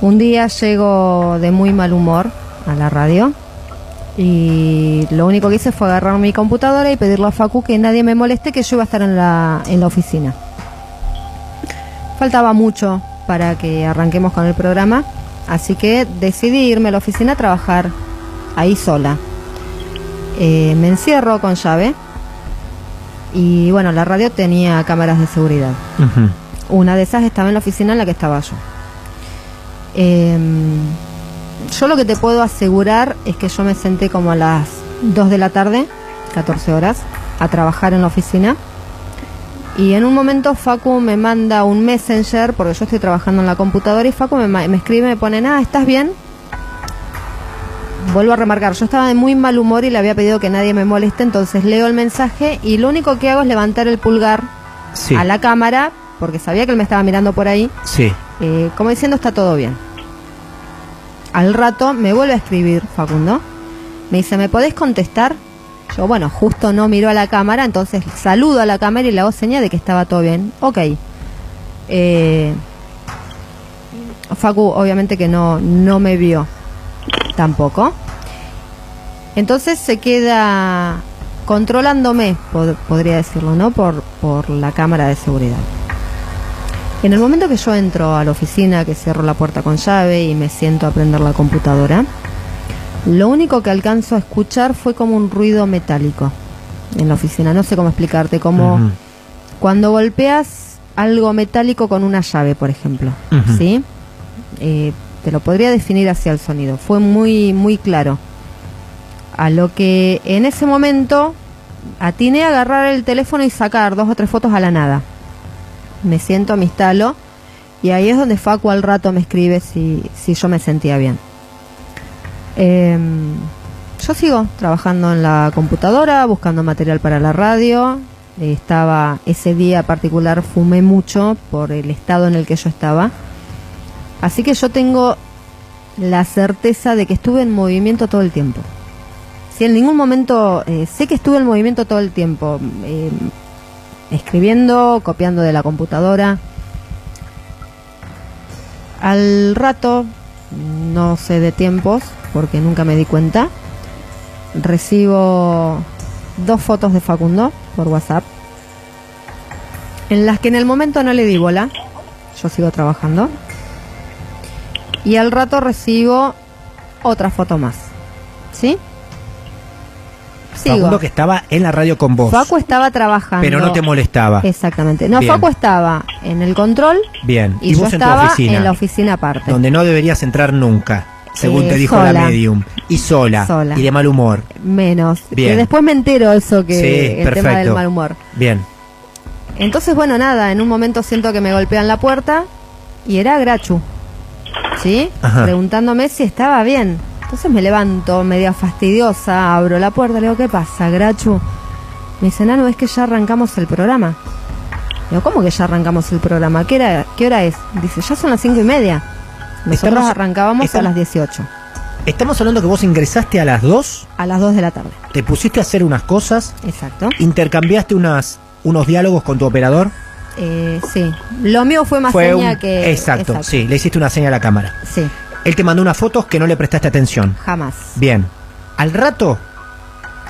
Speaker 2: Un día llego de muy mal humor a la radio y lo único que hice fue agarrar mi computadora y pedirle a Facu que nadie me moleste, que yo iba a estar en la, en la oficina. Faltaba mucho para que arranquemos con el programa, así que decidí irme a la oficina a trabajar ahí sola. Eh, me encierro con llave y bueno, la radio tenía cámaras de seguridad.
Speaker 1: Ujú.
Speaker 2: Una de esas estaba en la oficina en la que estaba yo. Eh, yo lo que te puedo asegurar es que yo me senté como a las 2 de la tarde, 14 horas, a trabajar en la oficina. Y en un momento Facu me manda un messenger, porque yo estoy trabajando en la computadora, y Facu me, ma- me escribe, me pone, ah, ¿estás bien? Vuelvo a remarcar, yo estaba de muy mal humor y le había pedido que nadie me moleste, entonces leo el mensaje y lo único que hago es levantar el pulgar
Speaker 1: Sí.
Speaker 2: a la cámara, porque sabía que él me estaba mirando por ahí,
Speaker 1: Sí.
Speaker 2: eh, como diciendo está todo bien. Al rato me vuelve a escribir Facundo, me dice, ¿me podés contestar? Yo, bueno, justo no miró a la cámara, entonces saludo a la cámara y le hago seña de que estaba todo bien. Ok. Eh, Facu obviamente que no, no me vio tampoco. Entonces se queda controlándome, pod- podría decirlo, ¿no? Por, por la cámara de seguridad. En el momento que yo entro a la oficina, que cierro la puerta con llave y me siento a prender la computadora, lo único que alcanzo a escuchar fue como un ruido metálico en la oficina. No sé cómo explicarte, como
Speaker 1: Ujú.
Speaker 2: cuando golpeas algo metálico con una llave, por ejemplo,
Speaker 1: Ujú.
Speaker 2: ¿sí? Eh, te lo podría definir hacia el sonido. Fue muy, muy claro. A lo que en ese momento atiné a agarrar el teléfono y sacar dos o tres fotos a la nada. Me siento, me instalo y ahí es donde Facu al rato me escribe si, si yo me sentía bien. Em, yo sigo trabajando en la computadora, buscando material para la radio. Eh, Estaba ese día particular, fumé mucho por el estado en el que yo estaba. Así que yo tengo la certeza de que estuve en movimiento todo el tiempo. Si en ningún momento eh, sé que estuve en movimiento todo el tiempo, eh, escribiendo, copiando de la computadora. Al rato, no sé de tiempos, porque nunca me di cuenta, recibo dos fotos de Facundo por WhatsApp, en las que en el momento no le di bola, yo sigo trabajando, y al rato recibo otra foto más. ¿Sí? Sigo.
Speaker 1: Facundo que estaba en la radio con vos.
Speaker 2: Facu estaba trabajando.
Speaker 1: pero no te molestaba.
Speaker 2: Exactamente. No,
Speaker 1: Bien.
Speaker 2: Facu estaba en el control
Speaker 1: Bien.
Speaker 2: y,
Speaker 1: Y,
Speaker 2: yo
Speaker 1: vos en tu
Speaker 2: estaba
Speaker 1: oficina.
Speaker 2: en la oficina aparte.
Speaker 1: Donde no deberías entrar nunca, según
Speaker 2: Eh,
Speaker 1: te dijo la
Speaker 2: sola.
Speaker 1: medium. Y sola,
Speaker 2: Sola.
Speaker 1: Y de mal humor.
Speaker 2: Menos.
Speaker 1: Bien.
Speaker 2: Que después me entero eso que
Speaker 1: sí,
Speaker 2: el
Speaker 1: perfecto.
Speaker 2: tema del mal humor.
Speaker 1: Bien.
Speaker 2: Entonces, bueno, nada, en un momento siento que me golpean la puerta y era Grachu. ¿Sí?
Speaker 1: Ajá.
Speaker 2: Preguntándome si estaba bien. Entonces me levanto, media fastidiosa, abro la puerta, le digo, ¿qué pasa, Grachu? Me dice, Nano, es que ya arrancamos el programa. Digo, ¿cómo que ya arrancamos el programa? ¿Qué, era, qué hora es? Dice, ya son las cinco y media. Nosotros
Speaker 1: Estamos-
Speaker 2: arrancábamos
Speaker 1: estamos-
Speaker 2: a las 18,
Speaker 1: Estamos hablando que vos ingresaste a las 2,
Speaker 2: a las 2 de la tarde.
Speaker 1: te pusiste a hacer unas cosas,
Speaker 2: Exacto.
Speaker 1: intercambiaste unas, unos diálogos con tu operador.
Speaker 2: Eh, sí. Lo mío fue más
Speaker 1: Fue
Speaker 2: seña
Speaker 1: un-
Speaker 2: que.
Speaker 1: exacto, sí, le hiciste una seña a la cámara.
Speaker 2: Sí,
Speaker 1: Él te mandó unas fotos que no le prestaste atención.
Speaker 2: jamás.
Speaker 1: Bien. Al rato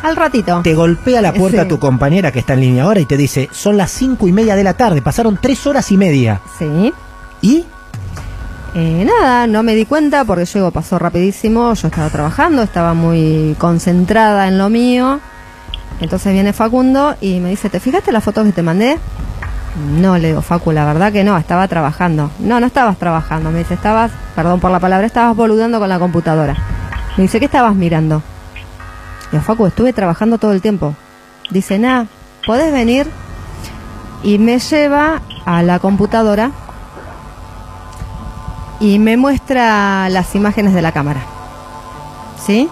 Speaker 2: Al ratito.
Speaker 1: te golpea la puerta
Speaker 2: Sí.
Speaker 1: tu compañera que está en línea ahora y te dice, son las cinco y media de la tarde, pasaron tres horas y media.
Speaker 2: Sí.
Speaker 1: ¿Y?
Speaker 2: Eh, nada, no me di cuenta porque llego, pasó rapidísimo, yo estaba trabajando, estaba muy concentrada en lo mío. Entonces viene Facundo y me dice, ¿te fijaste las fotos que te mandé? No, le digo, Facu, la verdad que no, estaba trabajando. No, no estabas trabajando, me dice, estabas, perdón por la palabra, estabas boludando con la computadora. Me dice, ¿qué estabas mirando? Le digo, Facu, estuve trabajando todo el tiempo. Dice, nah, ¿podés venir? Y me lleva a la computadora y me muestra las imágenes de la cámara. ¿Sí?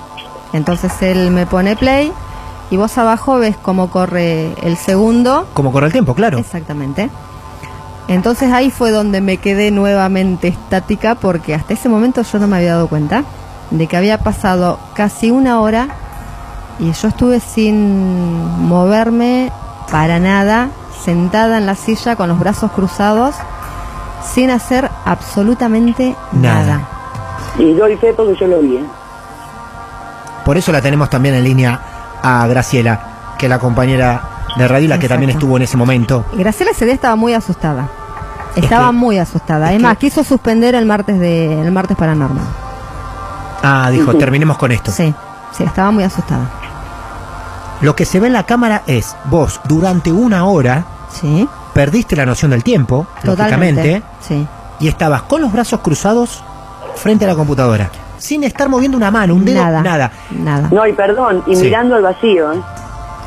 Speaker 2: Entonces él me pone play y vos abajo ves cómo corre el segundo.
Speaker 1: Como corre el tiempo, claro.
Speaker 2: Exactamente. Entonces ahí fue donde me quedé nuevamente estática porque hasta ese momento yo no me había dado cuenta de que había pasado casi una hora y yo estuve sin moverme para nada, sentada en la silla con los brazos cruzados, sin hacer absolutamente
Speaker 1: Nada.
Speaker 2: nada.
Speaker 3: Y doy fe porque yo lo vi. ¿eh?
Speaker 1: Por eso la tenemos también en línea a Graciela, que es la compañera de radio, y la que
Speaker 2: Exacto.
Speaker 1: también estuvo en ese momento.
Speaker 2: Graciela ese día estaba muy asustada.
Speaker 1: Es
Speaker 2: Estaba
Speaker 1: que-
Speaker 2: muy asustada.
Speaker 1: es
Speaker 2: Es,
Speaker 1: que-
Speaker 2: más, quiso suspender el martes de el martes paranormal.
Speaker 1: Ah, dijo, terminemos con esto.
Speaker 2: Sí. Sí, estaba muy asustada.
Speaker 1: Lo que se ve en la cámara es vos durante una hora
Speaker 2: Sí,
Speaker 1: perdiste la noción del tiempo,
Speaker 2: totalmente.
Speaker 1: lógicamente,
Speaker 2: Sí.
Speaker 1: y estabas con los brazos cruzados frente a la computadora, sin estar moviendo una mano, un dedo,
Speaker 2: nada.
Speaker 1: nada,
Speaker 2: Nada.
Speaker 3: No, y perdón, y
Speaker 1: Sí.
Speaker 3: mirando al vacío, ¿eh?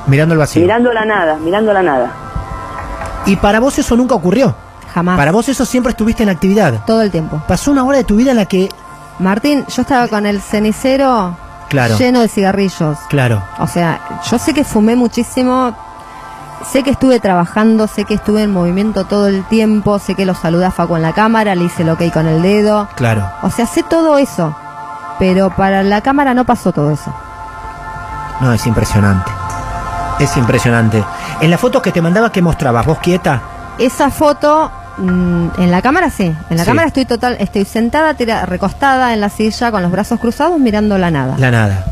Speaker 1: mirando el vacío.
Speaker 3: mirando la nada, mirando la nada.
Speaker 1: Y para vos eso nunca ocurrió.
Speaker 2: Jamás.
Speaker 1: Para vos eso siempre estuviste en actividad.
Speaker 2: Todo el tiempo.
Speaker 1: Pasó una hora de tu vida en la que,
Speaker 2: Martín, yo estaba con el cenicero
Speaker 1: Claro.
Speaker 2: lleno de cigarrillos.
Speaker 1: claro,
Speaker 2: O sea, yo sé que fumé muchísimo, sé que estuve trabajando, sé que estuve en movimiento todo el tiempo, sé que lo saludé a Facu en la cámara, le hice el ok con el dedo.
Speaker 1: claro.
Speaker 2: O sea, sé todo eso. Pero para la cámara no pasó todo eso.
Speaker 1: No, es impresionante. Es impresionante. En las fotos que te mandaba que mostrabas, vos quieta,
Speaker 2: Esa foto mm, en la cámara sí, en la
Speaker 1: Sí.
Speaker 2: cámara estoy total, estoy sentada, tira- recostada en la silla con los brazos cruzados mirando la nada.
Speaker 1: la nada.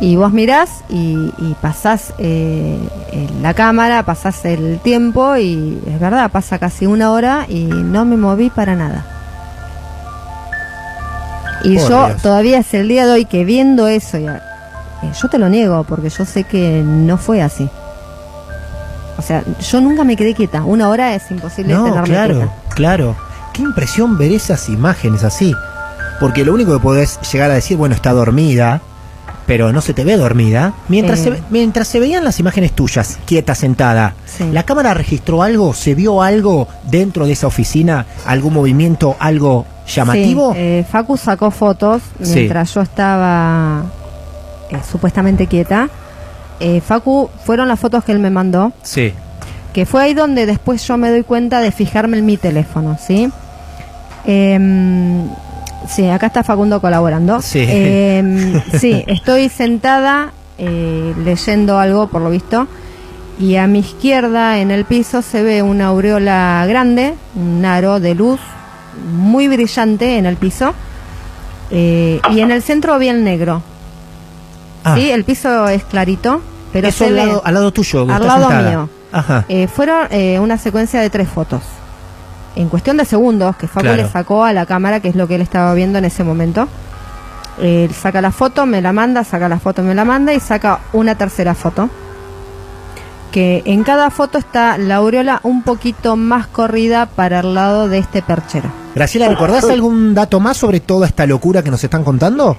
Speaker 2: Y vos mirás y, y pasás eh, en la cámara, pasás el tiempo y es verdad, pasa casi una hora y no me moví para nada. Y
Speaker 1: Por
Speaker 2: yo
Speaker 1: Dios.
Speaker 2: todavía es el día de hoy que viendo eso, ya- eh, yo te lo niego porque yo sé que no fue así. O sea, yo nunca me quedé quieta. Una hora es imposible
Speaker 1: No,
Speaker 2: tenerme
Speaker 1: claro,
Speaker 2: quieta.
Speaker 1: claro. Qué impresión ver esas imágenes así. Porque lo único que podés llegar a decir, bueno, está dormida, pero no se te ve dormida. Mientras,
Speaker 2: Eh.
Speaker 1: se, ve- mientras se veían las imágenes tuyas, quieta, sentada,
Speaker 2: Sí.
Speaker 1: ¿la cámara registró algo? ¿Se vio algo dentro de esa oficina? ¿Algún movimiento, algo llamativo?
Speaker 2: Sí, eh, Facu sacó fotos
Speaker 1: Sí.
Speaker 2: mientras yo estaba eh, supuestamente quieta. Eh, Facu, fueron las fotos que él me mandó,
Speaker 1: sí.
Speaker 2: que fue ahí donde después yo me doy cuenta de fijarme en mi teléfono, ¿sí? Em, sí, acá está Facundo colaborando.
Speaker 1: Sí. *laughs*
Speaker 2: Em, sí, estoy sentada eh, leyendo algo, por lo visto, y a mi izquierda en el piso se ve una aureola grande, un aro de luz muy brillante en el piso, eh, y en el centro bien negro.
Speaker 1: Ah,
Speaker 2: Sí, el piso es clarito, pero
Speaker 1: eso
Speaker 2: se
Speaker 1: al
Speaker 2: ve-
Speaker 1: lado, al lado tuyo. que
Speaker 2: al
Speaker 1: estás
Speaker 2: lado
Speaker 1: sentada.
Speaker 2: mío.
Speaker 1: Ajá.
Speaker 2: Eh, fueron eh, una secuencia de tres fotos. En cuestión de segundos, que Facu
Speaker 1: Claro.
Speaker 2: le sacó a la cámara, que es lo que él estaba viendo en ese momento. Él saca la foto, me la manda, saca la foto, me la manda y saca una tercera foto. Que en cada foto está la aureola un poquito más corrida para el lado de este perchero.
Speaker 1: Graciela, ¿recordás
Speaker 3: Ah.
Speaker 1: algún dato más sobre toda esta locura que nos están contando?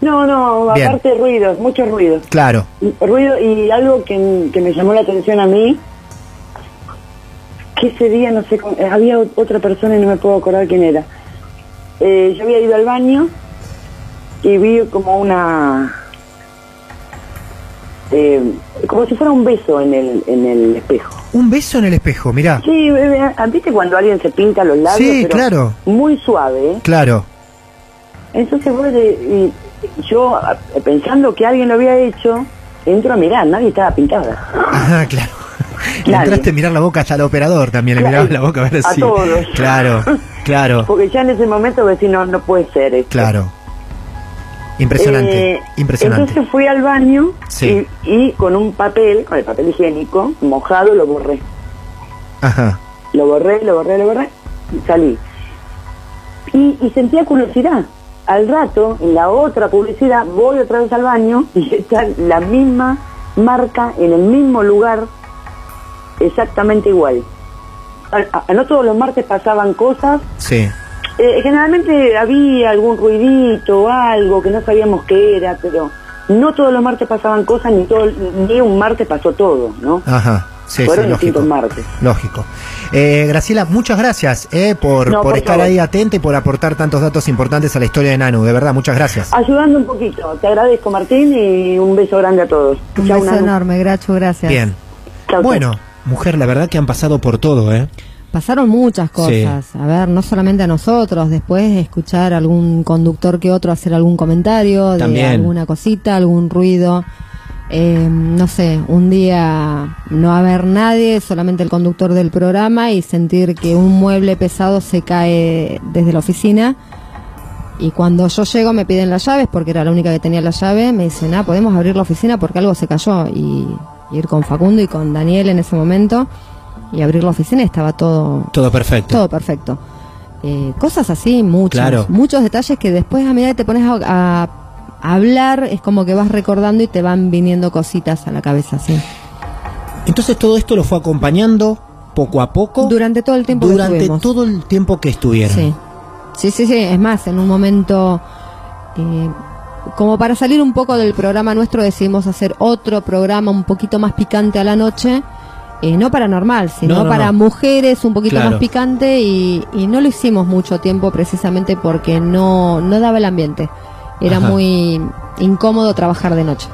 Speaker 3: No, no,
Speaker 1: Bien.
Speaker 3: aparte ruidos, muchos ruidos.
Speaker 1: Claro.
Speaker 3: Ruido y algo que, que me llamó la atención a mí, que ese día, no sé, cómo- eh, había ot- otra persona y no me puedo acordar quién era. Eh, yo había ido al baño y vi como una... eh, como si fuera un beso en el, en el espejo.
Speaker 1: Un beso en el espejo, mirá.
Speaker 3: Sí, bebé, ah, ¿viste cuando alguien se pinta los labios?
Speaker 1: Sí,
Speaker 3: Pero
Speaker 1: claro.
Speaker 3: Muy suave, ¿eh?
Speaker 1: Claro.
Speaker 3: Entonces vos de- y yo a- pensando que alguien lo había hecho, entro a mirar, nadie estaba pintada.
Speaker 1: Ajá, Ah, claro. Le
Speaker 3: Nadie.
Speaker 1: entraste a mirar la boca hasta al operador también, le
Speaker 3: Claro.
Speaker 1: mirabas la boca a ver
Speaker 3: A
Speaker 1: si.
Speaker 3: todos.
Speaker 1: Claro, claro,
Speaker 3: Porque ya en ese momento decía, no, no puede ser esto.
Speaker 1: claro. Impresionante,
Speaker 3: Eh,
Speaker 1: impresionante.
Speaker 3: Entonces fui al baño
Speaker 1: Sí.
Speaker 3: y, y con un papel, con el papel higiénico, mojado, lo borré.
Speaker 1: Ajá.
Speaker 3: Lo borré, lo borré, lo borré, y salí. Y, y sentía curiosidad. Al rato, en la otra publicidad, voy otra vez al baño y *laughs* está la misma marca en el mismo lugar, exactamente igual. A- a- no todos los martes pasaban cosas.
Speaker 1: Sí,
Speaker 3: Eh, generalmente había algún ruidito o algo que no sabíamos qué era, pero no todos los martes pasaban cosas, ni, todo, ni un martes pasó todo, ¿no?
Speaker 1: ajá. Ah, Sí, sí,
Speaker 3: Fueron
Speaker 1: lógico.
Speaker 3: distintos martes.
Speaker 1: Lógico. Eh, Graciela, muchas gracias eh, por,
Speaker 3: No,
Speaker 1: por
Speaker 3: por
Speaker 1: estar
Speaker 3: favor.
Speaker 1: ahí atenta y por aportar tantos datos importantes a la historia de Nanu. De verdad, muchas gracias.
Speaker 3: Ayudando un poquito. Te agradezco, Martín, y un beso grande a todos.
Speaker 2: Un
Speaker 3: Chau,
Speaker 2: beso
Speaker 3: Nanu.
Speaker 2: enorme, Grachu, gracias.
Speaker 1: Bien.
Speaker 3: Chau,
Speaker 1: Bueno, mujer, la verdad que han pasado por todo, ¿eh?
Speaker 2: Pasaron muchas cosas. A ver, no solamente a nosotros, después escuchar algún conductor que otro hacer algún comentario de
Speaker 1: También.
Speaker 2: alguna cosita, algún ruido. Eh, no sé, un día no haber nadie, solamente el conductor del programa y sentir que un mueble pesado se cae desde la oficina. Y cuando yo llego me piden las llaves porque era la única que tenía la llave. Me dicen, ah, podemos abrir la oficina porque algo se cayó. Y ir con Facundo y con Daniel en ese momento y abrir la oficina y estaba todo,
Speaker 1: Todo perfecto.
Speaker 2: todo perfecto. Eh, cosas así, muchos,
Speaker 1: Claro.
Speaker 2: muchos detalles que después a medida que te pones a, a hablar, es como que vas recordando y te van viniendo cositas a la cabeza, sí.
Speaker 1: Entonces todo esto lo fue acompañando poco a poco.
Speaker 2: Durante todo el tiempo que
Speaker 1: durante
Speaker 2: estuvimos.
Speaker 1: todo el tiempo que estuvieron.
Speaker 2: Sí. sí, sí, sí. Es más, en un momento, eh, como para salir un poco del programa nuestro, decidimos hacer otro programa un poquito más picante a la noche. Eh, no paranormal, sino
Speaker 1: No, no,
Speaker 2: para
Speaker 1: no.
Speaker 2: mujeres un poquito
Speaker 1: Claro.
Speaker 2: más picante y, y no lo hicimos mucho tiempo precisamente porque no, no daba el ambiente. Era
Speaker 1: Ajá.
Speaker 2: muy incómodo trabajar de noche.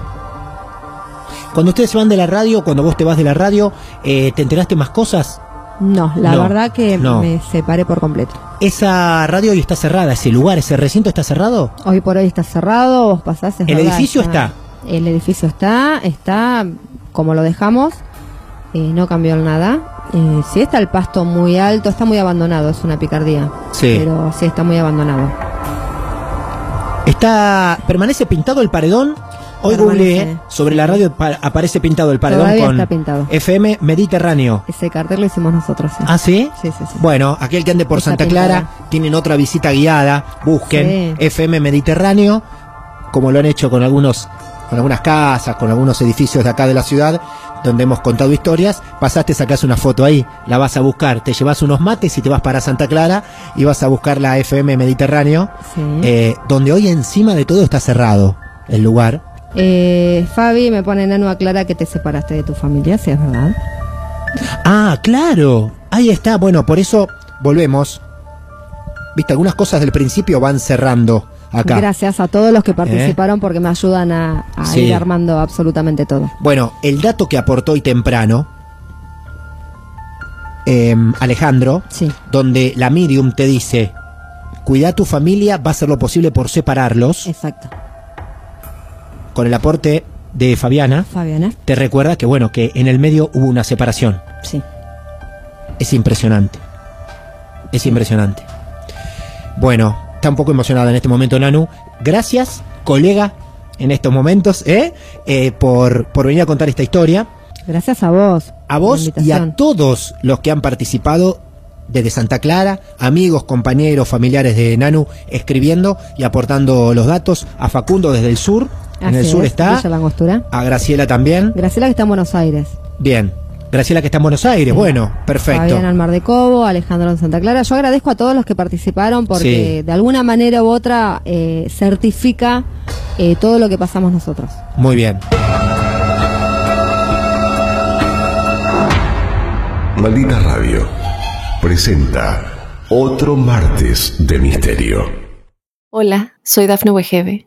Speaker 1: Cuando ustedes se van de la radio, cuando vos te vas de la radio, eh, ¿te enteraste más cosas?
Speaker 2: No, la
Speaker 1: No,
Speaker 2: verdad que
Speaker 1: no.
Speaker 2: me separé por completo.
Speaker 1: Esa radio hoy está cerrada, ese lugar, ese recinto está cerrado.
Speaker 2: Hoy por hoy está cerrado, vos pasás. es
Speaker 1: ¿El
Speaker 2: verdad,
Speaker 1: edificio
Speaker 2: El edificio está, está como lo dejamos, eh, no cambió nada. Eh, sí está el pasto muy alto, está muy abandonado, es una picardía.
Speaker 1: Sí.
Speaker 2: Pero sí está muy abandonado.
Speaker 1: Está permanece pintado el paredón. Hoy
Speaker 2: Permanece.
Speaker 1: googleé sobre la radio pa- aparece pintado el paredón
Speaker 2: Todavía
Speaker 1: con
Speaker 2: está pintado.
Speaker 1: FM Mediterráneo.
Speaker 2: Ese cartel lo hicimos nosotros. sí.
Speaker 1: ¿Ah, sí?
Speaker 2: Sí, sí, sí.
Speaker 1: Bueno, aquel que ande por
Speaker 2: Está
Speaker 1: Santa Clara, tienen otra visita guiada, busquen
Speaker 2: Sí.
Speaker 1: FM Mediterráneo, como lo han hecho con algunos con algunas casas, con algunos edificios de acá de la ciudad, donde hemos contado historias, pasaste, sacás una foto ahí, la vas a buscar, te llevas unos mates y te vas para Santa Clara y vas a buscar la FM Mediterráneo,
Speaker 2: Sí.
Speaker 1: eh, donde hoy encima de todo está cerrado el lugar.
Speaker 2: Eh, Fabi me pone Nano aclara que te separaste de tu familia, sí es verdad.
Speaker 1: Ah, claro. Ahí está. Bueno, por eso volvemos. Viste, algunas cosas del principio van cerrando acá. Eh.
Speaker 2: Gracias a todos los que participaron porque me ayudan a, a
Speaker 1: Sí.
Speaker 2: ir armando absolutamente todo.
Speaker 1: Bueno, el dato que aportó hoy temprano em, Alejandro,
Speaker 2: Sí.
Speaker 1: donde la medium te dice, cuida a tu familia, va a hacer lo posible por separarlos,
Speaker 2: Exacto.
Speaker 1: con el aporte de Fabiana,
Speaker 2: Fabiana,
Speaker 1: te recuerda que, bueno, que en el medio hubo una separación.
Speaker 2: sí.
Speaker 1: Es impresionante. Es impresionante. Bueno, está un poco emocionada en este momento, Nanu. Gracias, colega, en estos momentos, ¿eh? Eh, por, por venir a contar esta historia.
Speaker 2: Gracias a vos.
Speaker 1: A
Speaker 2: por
Speaker 1: vos
Speaker 2: la
Speaker 1: y
Speaker 2: invitación.
Speaker 1: a todos los que han participado desde Santa Clara, amigos, compañeros, familiares de Nanu, escribiendo y aportando los datos. A Facundo desde el sur. en
Speaker 2: Así
Speaker 1: el sur
Speaker 2: es,
Speaker 1: está.
Speaker 2: Villa Langostura.
Speaker 1: A Graciela también.
Speaker 2: Graciela que está en Buenos Aires.
Speaker 1: Bien. Graciela que está en Buenos Aires. Bueno, perfecto.
Speaker 2: Fabián Almar de Cobo, Alejandro en Santa Clara. Yo agradezco a todos los que participaron porque
Speaker 1: Sí.
Speaker 2: de alguna manera u otra eh, certifica eh, todo lo que pasamos nosotros.
Speaker 1: Muy bien.
Speaker 4: Maldita Radio presenta otro martes de misterio.
Speaker 5: Hola, soy Dafne Wegebe